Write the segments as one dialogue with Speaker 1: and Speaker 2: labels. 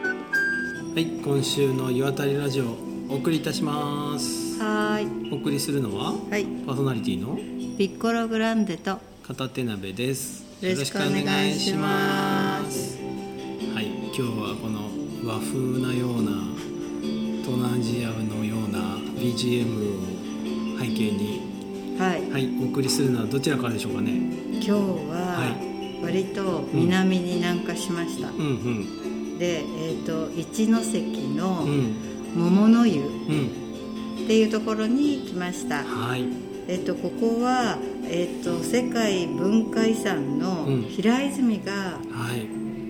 Speaker 1: はい、今週の湯あたりラジオお送りいたします。
Speaker 2: はーい
Speaker 1: お送りするのは、
Speaker 2: はい
Speaker 1: パーソナリティの
Speaker 2: ピッコログランデと
Speaker 1: 片手鍋です。。
Speaker 2: よろしくお願いします
Speaker 1: はい、今日はこの和風なような東南アジアのような BGM を背景に、
Speaker 2: はい、
Speaker 1: はい、お送りするのはどちらからでしょうかね。
Speaker 2: 今日は割と南に南下しました、
Speaker 1: うん
Speaker 2: で、えー、と一ノ関
Speaker 1: う
Speaker 2: の
Speaker 1: んうん
Speaker 2: 桃の湯
Speaker 1: うん
Speaker 2: っていうところに来ました、
Speaker 1: はい
Speaker 2: えー、とここは、えー、と世界文化遺産の
Speaker 1: うん
Speaker 2: 平泉が、
Speaker 1: はい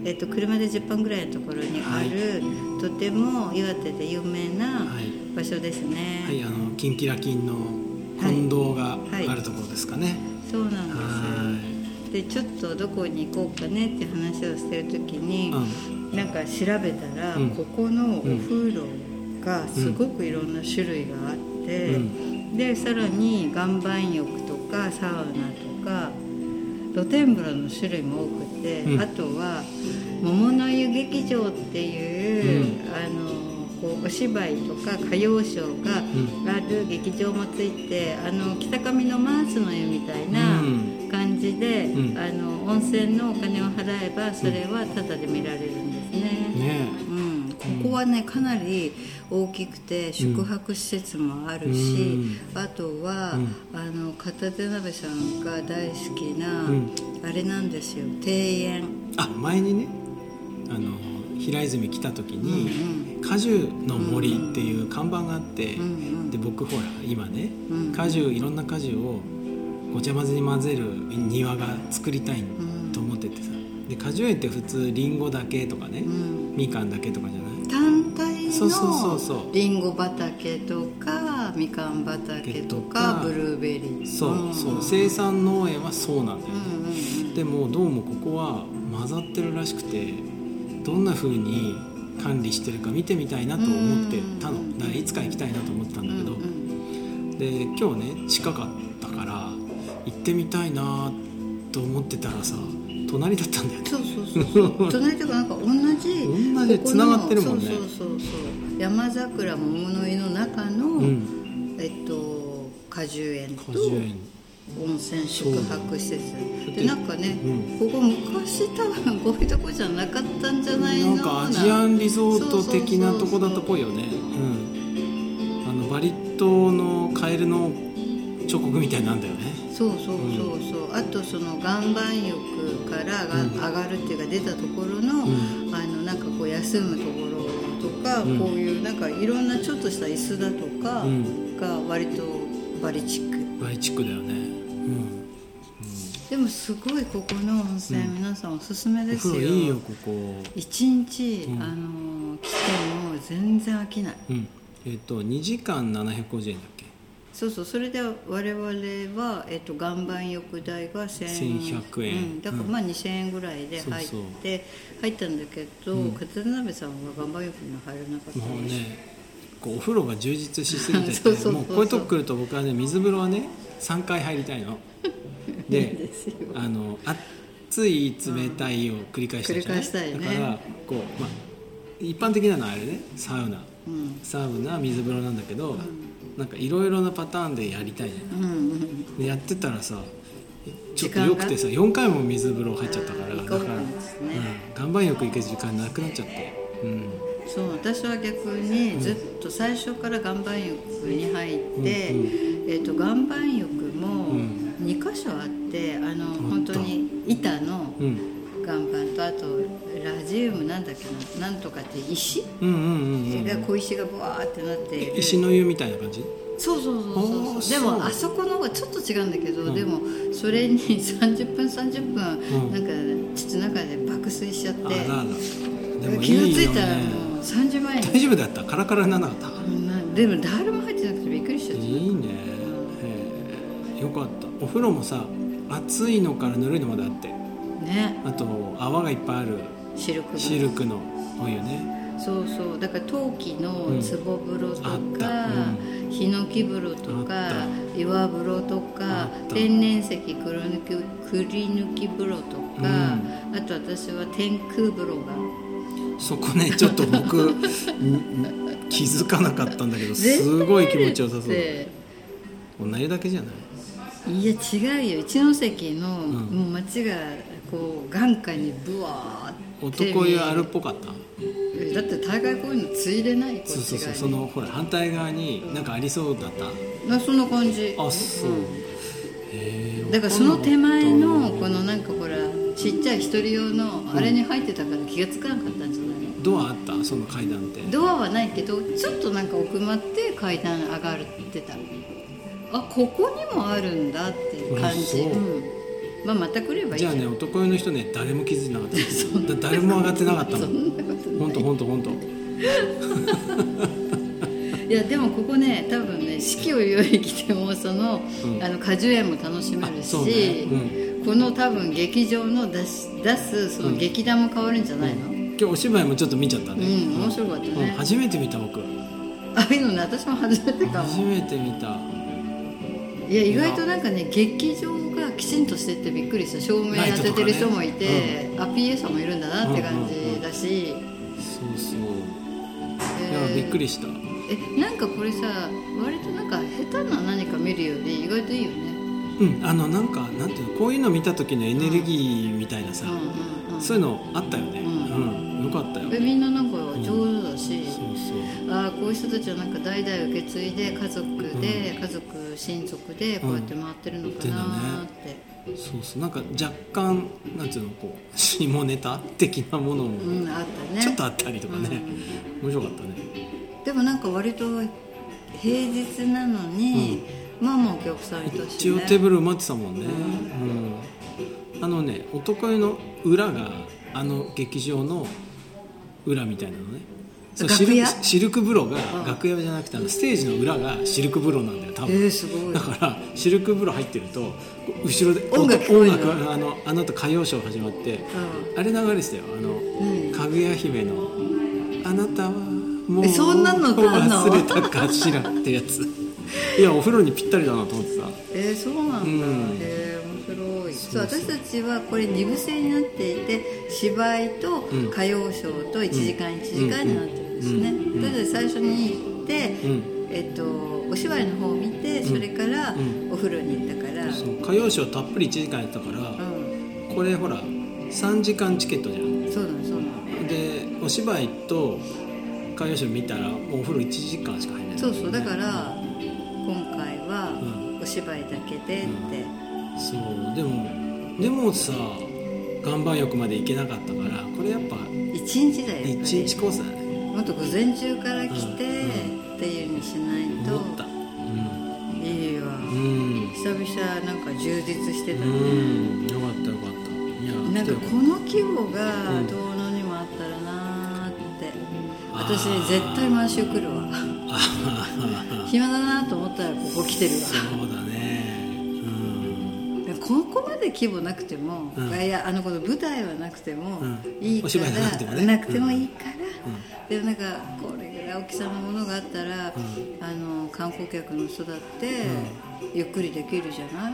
Speaker 2: えー、と車で10分ぐらいのところにある、とても岩手で有名な
Speaker 1: はい。
Speaker 2: 場所ですね、
Speaker 1: はい、あのキンキラキンの本堂があるところですかね。
Speaker 2: そうなんですよ
Speaker 1: は
Speaker 2: でちょっとどこに行こうかねって話をしてる時
Speaker 1: い。
Speaker 2: に、なんか調べたら、
Speaker 1: うん
Speaker 2: ここのお風呂がすごくいろんな種類があって、
Speaker 1: う
Speaker 2: でさらに岩盤浴とかサウナとか露天風呂の種類も多くて、
Speaker 1: うん
Speaker 2: あとは桃の湯劇場っていう、あのこうお芝居とか歌謡ショーが
Speaker 1: ん
Speaker 2: ある劇場もついて、あの北上のマースの湯みたいな。
Speaker 1: うん
Speaker 2: 感じで、
Speaker 1: うん
Speaker 2: あの温泉のお金を払えばそれはタダで見られるん
Speaker 1: う
Speaker 2: です
Speaker 1: ん。
Speaker 2: ね、
Speaker 1: ね
Speaker 2: うん、ここはねかなり大きくて宿泊施設もあるし、あとは、あの片手鍋さんが大好きな、
Speaker 1: うん
Speaker 2: あれなんですよ庭
Speaker 1: え。
Speaker 2: 園
Speaker 1: あ、前にね、あの平泉来た時に、果樹の森っていう看板があって、
Speaker 2: うんうん
Speaker 1: で僕ほら今ね、
Speaker 2: うん
Speaker 1: 果樹いろんな果樹をごちゃ混ぜに混ぜる庭が作りたいと思っててさ、で果樹園って普通リンゴだけとかね
Speaker 2: う、ん
Speaker 1: みかんだけとかじゃない。
Speaker 2: 単体
Speaker 1: そうそうそうそ
Speaker 2: の
Speaker 1: う
Speaker 2: りんご畑とかみかん畑と
Speaker 1: と
Speaker 2: か
Speaker 1: か
Speaker 2: ブルーベリー
Speaker 1: そうそ
Speaker 2: ん
Speaker 1: う生産農園はそうなんだよ
Speaker 2: う
Speaker 1: ね。
Speaker 2: んうんうん
Speaker 1: でもどうもここは混ざってるらしくてどんな風に管理してるか見てみたいなと思ってた
Speaker 2: う
Speaker 1: の
Speaker 2: ん
Speaker 1: だからいつか行きたいなと思ってたんだけど、
Speaker 2: うんうん
Speaker 1: で今日ね近かったから行ってみたいなと思ってたらさ隣だったんだよね
Speaker 2: そうそうそう そう隣とかなんか同
Speaker 1: 同
Speaker 2: じ
Speaker 1: じ
Speaker 2: ここの
Speaker 1: 繋がってるもんね
Speaker 2: そうそうそうそう山桜桃の井の中の、
Speaker 1: うん
Speaker 2: えっと果樹園
Speaker 1: 果
Speaker 2: と
Speaker 1: 樹園
Speaker 2: 温泉宿泊施設
Speaker 1: そう
Speaker 2: でなんかね、
Speaker 1: うん
Speaker 2: ここ昔多分こういうとこじゃなかったんじゃない
Speaker 1: な
Speaker 2: の
Speaker 1: んかアジアンリゾー
Speaker 2: そ
Speaker 1: ト
Speaker 2: うそうそうそう
Speaker 1: 的なとこだったっぽいよねうんあのバリ島のカエルの彫刻みたいになんだよね
Speaker 2: そうそうそうそう、あとその岩盤浴からが、
Speaker 1: うん
Speaker 2: 上がるっていうか出たところの、
Speaker 1: うん
Speaker 2: あのなんかこう休むところとか、
Speaker 1: うん
Speaker 2: こういうなんかいろんなちょっとした椅子だとか
Speaker 1: うん
Speaker 2: が割とバリチック、
Speaker 1: バリ地区だよねうん
Speaker 2: でもすごいここの温泉、皆さんおすすめ
Speaker 1: お
Speaker 2: です
Speaker 1: 風
Speaker 2: よ
Speaker 1: 呂いいよここ
Speaker 2: 一日、
Speaker 1: うん
Speaker 2: あの来ても全然飽きない
Speaker 1: うんえっ、と2時間750円だっけ
Speaker 2: そうそうそれで我々は、えっと、岩盤浴代が
Speaker 1: 1100円
Speaker 2: うんだからまあ2000円ぐらいで入っ
Speaker 1: そう
Speaker 2: て、入ったんだけど、片手鍋さんは岩盤浴には入らなかった
Speaker 1: もう
Speaker 2: でし
Speaker 1: ねこうお風呂が充実しすぎてて
Speaker 2: そうそうそうそう
Speaker 1: もうこういうとこ来ると僕はね水風呂はね3回入りたい の
Speaker 2: いい
Speaker 1: で
Speaker 2: ですよ
Speaker 1: あの熱い冷たいを繰り返したいじゃな
Speaker 2: 繰り返したいね
Speaker 1: だからこう、まあ、一般的なのはあれねサウナ
Speaker 2: うん
Speaker 1: サウナ水風呂なんだけど、なんかいろいろなパターンでやりたいじゃない
Speaker 2: うんうん
Speaker 1: でやってたらさちょっとよくてさ4回も水風呂入っちゃったから
Speaker 2: あー
Speaker 1: だから、
Speaker 2: 行こう
Speaker 1: う
Speaker 2: か
Speaker 1: ん
Speaker 2: もですね、
Speaker 1: 岩盤浴行ける時間なくなっちゃって、うん、
Speaker 2: そう私は逆にずっと最初から岩盤浴に入って、えっと岩盤浴も
Speaker 1: うん
Speaker 2: 2箇所あってあの
Speaker 1: た
Speaker 2: 本当に板の
Speaker 1: うん、
Speaker 2: 岩盤とあとラジウムなんだっけななんとかって石
Speaker 1: うんうんうんうん
Speaker 2: が小石がブワーってなっている
Speaker 1: 石の湯みたいな感じ
Speaker 2: そうそうそう
Speaker 1: あ
Speaker 2: そ
Speaker 1: ー
Speaker 2: う
Speaker 1: そう
Speaker 2: でもあそこの方がちょっと違うんだけど、でもそれに30分30分、
Speaker 1: うん
Speaker 2: なんかね土の中で爆睡しちゃって
Speaker 1: あらあらでも
Speaker 2: 気が
Speaker 1: いい
Speaker 2: 付い
Speaker 1: よ
Speaker 2: たら
Speaker 1: ね
Speaker 2: もう30万円
Speaker 1: 大丈夫だったカラカラにならなかっ
Speaker 2: でも誰も入ってなくてびっくりしち
Speaker 1: た
Speaker 2: ゃっ
Speaker 1: いいねへえよかったお風呂もさ熱いのからぬるいのまであって
Speaker 2: たね
Speaker 1: あと泡がいっぱいある
Speaker 2: シルクの
Speaker 1: シルクのお湯ね
Speaker 2: そうそうだから陶器の壺風呂とか、
Speaker 1: うんあった
Speaker 2: ヒノキ風呂と
Speaker 1: あ
Speaker 2: か
Speaker 1: っ
Speaker 2: 岩風呂と
Speaker 1: あ
Speaker 2: か
Speaker 1: った
Speaker 2: 天然石くりぬきくりぬき風呂とか、あと私は天空風呂が
Speaker 1: そこねちょっと僕んん気づかなかったんだけどすごい気持ちよさ
Speaker 2: っ
Speaker 1: そう
Speaker 2: て
Speaker 1: 同じだけじゃない
Speaker 2: いや違うよ一関の、
Speaker 1: ん
Speaker 2: もう街がこう眼下にブワーって
Speaker 1: 男湯あるっぽかった
Speaker 2: だって大概こういうのついでないこっち
Speaker 1: そう
Speaker 2: 側
Speaker 1: そうそう
Speaker 2: に
Speaker 1: そのほら反対側になんかありそうだった
Speaker 2: なそんな感じ
Speaker 1: あそう、
Speaker 2: ん
Speaker 1: へえ
Speaker 2: だからその手前のこのなんかほらちっちゃい一人用のあれに入ってたから気がつかなかったんじゃないの
Speaker 1: ドアあったその階段って
Speaker 2: ドアはないけどちょっとなんか奥まって階段上がってたあここにもあるんだっていう感じ
Speaker 1: あそう
Speaker 2: うんまあまた来ればいい
Speaker 1: じ
Speaker 2: じ
Speaker 1: ゃ
Speaker 2: ゃ
Speaker 1: あ
Speaker 2: ん
Speaker 1: ね男湯の人ね誰も気づいてな かっただ誰も上がってなかったも
Speaker 2: そ
Speaker 1: ん
Speaker 2: んなことない
Speaker 1: 本当本当本当
Speaker 2: いやでもここね多分ね四季折々来てもその,、
Speaker 1: うん
Speaker 2: あの果樹園も楽しめる
Speaker 1: あそう
Speaker 2: し、
Speaker 1: ね
Speaker 2: この多分劇場の出し出すその劇団も変わるんじゃないの、うん
Speaker 1: 今日お芝居もちょっと見ちゃったね、
Speaker 2: 面白かった
Speaker 1: うん
Speaker 2: ね、
Speaker 1: 初めて見た僕
Speaker 2: ああいうのね私も初めてか
Speaker 1: 初
Speaker 2: も
Speaker 1: めて見た
Speaker 2: いや意外となんかね劇場がきちんとしててびっくりした照明
Speaker 1: ライトと
Speaker 2: 当
Speaker 1: かね
Speaker 2: ててる人もいて、あ PA さんもいるんだなって感じだし、
Speaker 1: そうそう
Speaker 2: え
Speaker 1: い
Speaker 2: ー
Speaker 1: やびっくりした
Speaker 2: えなんかこれさ割となんか下手な何か見るより意外といいよね
Speaker 1: うんあのなんかなんていうのこういうの見た時のエネルギーみたいなさ
Speaker 2: うん、うんうん
Speaker 1: そういうのあったよね
Speaker 2: う
Speaker 1: うん、よかったよ
Speaker 2: えみんななんか上手だし、
Speaker 1: そうそう
Speaker 2: ああこういう人たちはなんか代々受け継いで家族で、家族親族でこうやって回ってるのかなーって、
Speaker 1: そうそうなんか若干なんていうのこう下ネタ的なものも
Speaker 2: うんあったね
Speaker 1: ちょっとあったりとかね、面白かったね
Speaker 2: でもなんか割と平日なのに、まあまあお客さんいたし
Speaker 1: 一応
Speaker 2: ね
Speaker 1: テーブル埋まってたもんね、うんあのね男湯の裏があの劇場の裏みたいなのねそうシ
Speaker 2: 楽
Speaker 1: ル
Speaker 2: 屋
Speaker 1: クシルク風呂が楽屋じゃなくてあのステージの裏がシルク風呂なんだよ多分、
Speaker 2: えー、すごい
Speaker 1: だからシルク風呂入ってるとこう後ろで
Speaker 2: 音楽聞こ
Speaker 1: 音
Speaker 2: えるの
Speaker 1: 楽あのあの後歌謡ショー始まって、あれ流れてたよあの、
Speaker 2: 何
Speaker 1: かぐや姫の「あなたはもう
Speaker 2: えそんなのがあんの
Speaker 1: 忘れたかしら」ってや ついやお風呂にぴったりだなと思ってさ
Speaker 2: えー、そうなんだ、
Speaker 1: うん
Speaker 2: えー、面白いそ
Speaker 1: そ
Speaker 2: う
Speaker 1: うそう
Speaker 2: 私たちはこれ二部制になっていて芝居と歌謡ショーと1時間1時間になってるんですね、
Speaker 1: うん
Speaker 2: とりあえず最初に行って、
Speaker 1: うん
Speaker 2: えっと、お芝居の方を見てそれから
Speaker 1: う
Speaker 2: お風呂に行ったから、
Speaker 1: その歌謡ショーたっぷり1時間やったから、
Speaker 2: うん
Speaker 1: これほら3時間チケットじゃん
Speaker 2: そうなのそうなの
Speaker 1: でお芝居と歌謡ショー見たらもうお風呂1時間しか入れない
Speaker 2: そうそうだから
Speaker 1: ね
Speaker 2: 今回はお芝居だけでって、
Speaker 1: そうでもでもさ岩盤浴まで行けなかったからこれやっぱ
Speaker 2: 一日だよやっ
Speaker 1: 1
Speaker 2: ぱ
Speaker 1: 日
Speaker 2: り
Speaker 1: コースだね
Speaker 2: もっと午前中から来て、
Speaker 1: うん
Speaker 2: っていうにしない
Speaker 1: 思ったうん
Speaker 2: といいわ、
Speaker 1: うん
Speaker 2: 久々なんか充実してた
Speaker 1: う
Speaker 2: ね、
Speaker 1: んよかったよかったいや
Speaker 2: なんか
Speaker 1: でも
Speaker 2: この規模が
Speaker 1: うん
Speaker 2: 遠野にもあったらなーって、
Speaker 1: あー
Speaker 2: 私絶対毎週来るわ
Speaker 1: あ
Speaker 2: 暇だなと思ったらここ来てる
Speaker 1: ーそうだねうん
Speaker 2: わここまで規模なくても、
Speaker 1: うん
Speaker 2: いやあのこの舞台はなくても
Speaker 1: うん
Speaker 2: いいから、
Speaker 1: お芝居なくてもね
Speaker 2: なくてもいいから、でもなんかこれぐらい大きさのものがあったら、
Speaker 1: ん
Speaker 2: あの観光客の人だって、ゆっくりできるじゃない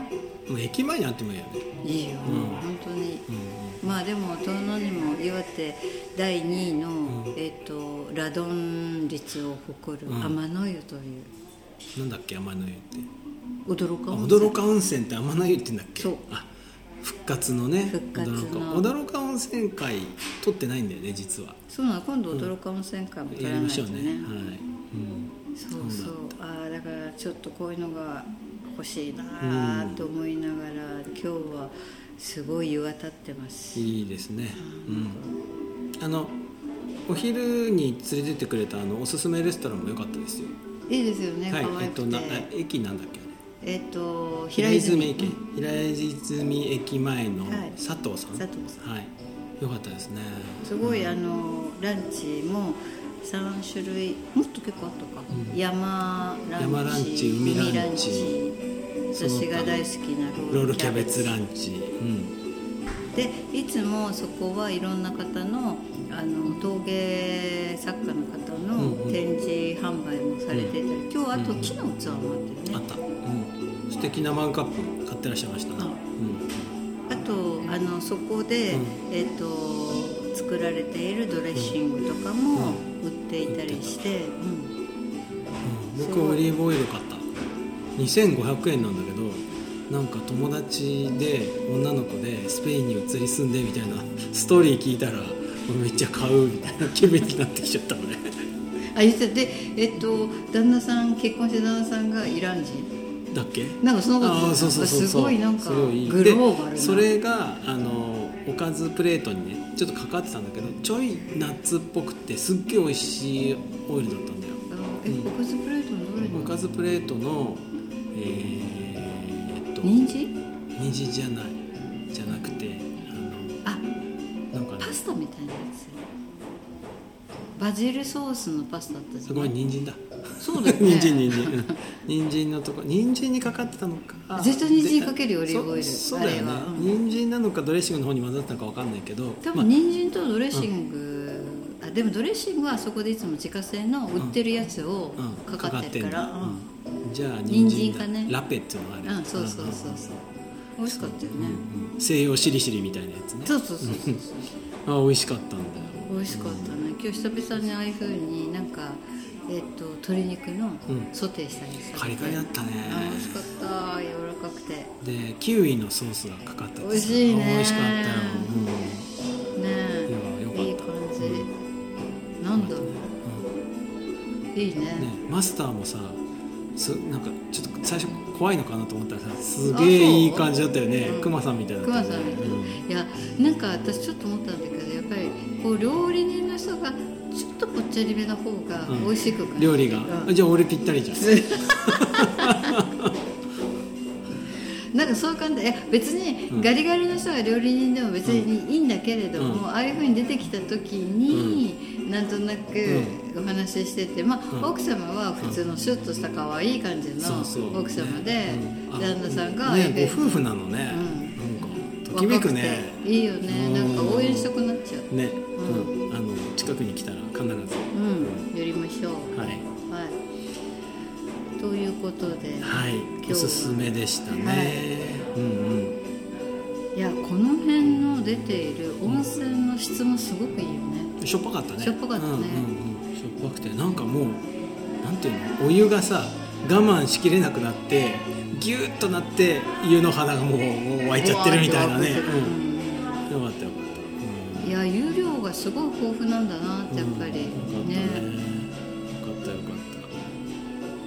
Speaker 1: もう駅前にあってもいいよね
Speaker 2: いいよ、本当に。まあでも遠野にも岩手第2位の、えっとラドン率を誇る天の湯という、
Speaker 1: なんだっけ天の湯って
Speaker 2: 驚か
Speaker 1: あ
Speaker 2: 温泉
Speaker 1: 驚か温泉って天の湯って言うんだっけ
Speaker 2: そう
Speaker 1: あ復活のね
Speaker 2: 復活の
Speaker 1: 驚か驚か温泉会取ってないんだよね実は
Speaker 2: そうなの今度驚か温泉会もや
Speaker 1: や
Speaker 2: ら
Speaker 1: り
Speaker 2: な
Speaker 1: ま
Speaker 2: い
Speaker 1: し
Speaker 2: と
Speaker 1: ょうね
Speaker 2: ね
Speaker 1: はい、うん、
Speaker 2: そうそうああだからちょっとこういうのが欲しいなあと思いながら、今日はすごい湯が立ってますし
Speaker 1: いいですねうんあのお昼に連れてってくれたあのおすすめレストランも良かったですよ
Speaker 2: いいですよね、
Speaker 1: はい
Speaker 2: 可
Speaker 1: え
Speaker 2: 愛
Speaker 1: っ
Speaker 2: く
Speaker 1: と
Speaker 2: て
Speaker 1: な駅なんだっけ
Speaker 2: えっと
Speaker 1: 平
Speaker 2: 平
Speaker 1: 泉
Speaker 2: 泉
Speaker 1: 駅平泉駅前の
Speaker 2: はい
Speaker 1: 佐藤さん
Speaker 2: 佐藤さ
Speaker 1: はい良かったですね
Speaker 2: すごいあのランチも3種類もっと結構あったか、山ランチ
Speaker 1: 山ランチ海ランチその他
Speaker 2: 私が大好きな
Speaker 1: ロールキャベツランチうん
Speaker 2: でいつもそこはいろんな方のあの陶芸作家の方の
Speaker 1: うんうん
Speaker 2: 展示販売もされていたり、今日あと木の器もあって
Speaker 1: あ
Speaker 2: ね
Speaker 1: ったうん素敵なマンカップ買ってらっしゃいましたね
Speaker 2: あ
Speaker 1: うん
Speaker 2: あとあのそこで、
Speaker 1: うん
Speaker 2: えっと使作られているドレッシングとかも売っていたりして、うん
Speaker 1: うん僕オリーブオイル買った2500円なんだけどなんか友達で女の子でスペインに移り住んでみたいなストーリー聞いたら俺めっちゃ買うみたいな気分になってきちゃったのね
Speaker 2: あ言ってでえっと旦那さん結婚して旦那さんがイラン人
Speaker 1: だっけ
Speaker 2: なんかその
Speaker 1: あ
Speaker 2: こ
Speaker 1: ー
Speaker 2: と
Speaker 1: そうそうそうそう
Speaker 2: すごいなんか
Speaker 1: すごいいい
Speaker 2: グローバルな
Speaker 1: でそれがあのおかずプレートにねちょっとかかってたんだけどちょいナッツっぽくてすっげえ美味しいオイルだったんだよ
Speaker 2: あのえ
Speaker 1: うん
Speaker 2: おかずプレートのどれ
Speaker 1: お
Speaker 2: の
Speaker 1: かずプレートのえー、っと
Speaker 2: 人参
Speaker 1: 人参じゃないじゃなくてあ
Speaker 2: あ
Speaker 1: のなんかね
Speaker 2: パスタみたいなやつバジルソースのパスタあったじ
Speaker 1: す
Speaker 2: ゃ
Speaker 1: ごい
Speaker 2: ん
Speaker 1: 人参だ
Speaker 2: そうだよね
Speaker 1: 人参人参うん人参のとこ人参にかかってたのか
Speaker 2: 絶対人参にかけるよオリーブオイル
Speaker 1: そそうだよね
Speaker 2: あれはうん
Speaker 1: 人参なのかドレッシングの方に混ざったのかわかんないけどま
Speaker 2: 多
Speaker 1: あ
Speaker 2: 分人参とドレッシング、あでもドレッシングはあそこでいつも自家製の売ってるやつを
Speaker 1: うん
Speaker 2: かかってるから、
Speaker 1: か
Speaker 2: うん
Speaker 1: かってんだうんじゃあ
Speaker 2: 人
Speaker 1: 人
Speaker 2: 参
Speaker 1: 参
Speaker 2: か
Speaker 1: か
Speaker 2: ね
Speaker 1: ねラペっていうのがある
Speaker 2: うんそうそうそうそう美味しかったよね、
Speaker 1: うんうん西洋しりしりみたいなやつね
Speaker 2: そうそうそうそう
Speaker 1: あ美味しかったんだよ
Speaker 2: 美味しかったね今日久々にああいうふうになんか、えっと鶏肉
Speaker 1: う
Speaker 2: の
Speaker 1: ん
Speaker 2: ソテーしたりされて、
Speaker 1: カリカリだったね
Speaker 2: あ美味しかった柔らかくてね
Speaker 1: でキウイのソースがかかっててさ
Speaker 2: 美味しいね
Speaker 1: 美味しかったよ、いやよかった
Speaker 2: いい感じ、なんだろう
Speaker 1: うんうん
Speaker 2: いいね
Speaker 1: ね、マスターもさすなんかちょっと最初怖いのかなと思ったらさすげえいい感じだったよね
Speaker 2: うん
Speaker 1: クマさんみたいだっ
Speaker 2: ク
Speaker 1: た
Speaker 2: マ
Speaker 1: よね
Speaker 2: さんみたいな、
Speaker 1: うん
Speaker 2: いやなんか私ちょっと思ったんだけどやっぱりこう料理人の人がちょっとぽっちゃりめの方が
Speaker 1: うん
Speaker 2: 美味しく感じる、
Speaker 1: 料理が、
Speaker 2: うん
Speaker 1: あじゃあ俺ぴったりじゃん
Speaker 2: なんかそういう感じえ別
Speaker 1: う
Speaker 2: に
Speaker 1: ん
Speaker 2: ガリガリの人が料理人でも別にいいんだけれども、
Speaker 1: うん
Speaker 2: ああいうふうに出てきた時に、なんとなくお話ししてて、ま
Speaker 1: う
Speaker 2: あ
Speaker 1: ん
Speaker 2: 奥様は普通のシュッとした可愛い感じ
Speaker 1: そうそう
Speaker 2: の奥様で、
Speaker 1: うんあ
Speaker 2: 旦那さんが
Speaker 1: ね
Speaker 2: やっぱ
Speaker 1: ご
Speaker 2: り
Speaker 1: 夫婦なのね、なんかときめくね
Speaker 2: 若くていいよねなんか応援したくなっちゃう
Speaker 1: ね、
Speaker 2: ん
Speaker 1: うんあの近くに来たら必ず、
Speaker 2: うんやりましょう
Speaker 1: はい
Speaker 2: はい、ということで、今
Speaker 1: はい
Speaker 2: 日
Speaker 1: お
Speaker 2: は
Speaker 1: すすめでしたね、
Speaker 2: はい
Speaker 1: うんうん
Speaker 2: い、やこの辺の出ている温泉の質もすごくいいよね
Speaker 1: しょっぱかったね
Speaker 2: しょっぱかったね
Speaker 1: うんうんうん、しょっぱくてなんかもうなんていうのお湯がさ我慢しきれなくなってギューッとなって湯の花がもうもう湧いちゃってるみたいなね、
Speaker 2: うわーって
Speaker 1: うん、よか
Speaker 2: 湧く
Speaker 1: ったよかっ
Speaker 2: うんいや有料がすごい豊富なんだなって
Speaker 1: た、
Speaker 2: やっ
Speaker 1: うん
Speaker 2: ぱり、
Speaker 1: うん
Speaker 2: ね
Speaker 1: よかったねよかったよか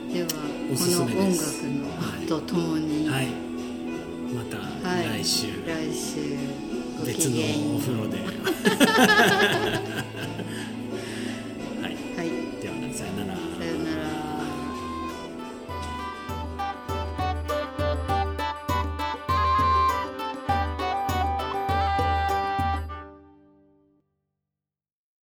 Speaker 1: っ
Speaker 2: では
Speaker 1: おすす
Speaker 2: こ
Speaker 1: め
Speaker 2: の
Speaker 1: で
Speaker 2: 音
Speaker 1: す
Speaker 2: 楽のとともに、
Speaker 1: たはいま
Speaker 2: は
Speaker 1: た
Speaker 2: い
Speaker 1: 来週、
Speaker 2: 来週ご
Speaker 1: 別
Speaker 2: きげん
Speaker 1: の
Speaker 2: よう
Speaker 1: お風呂で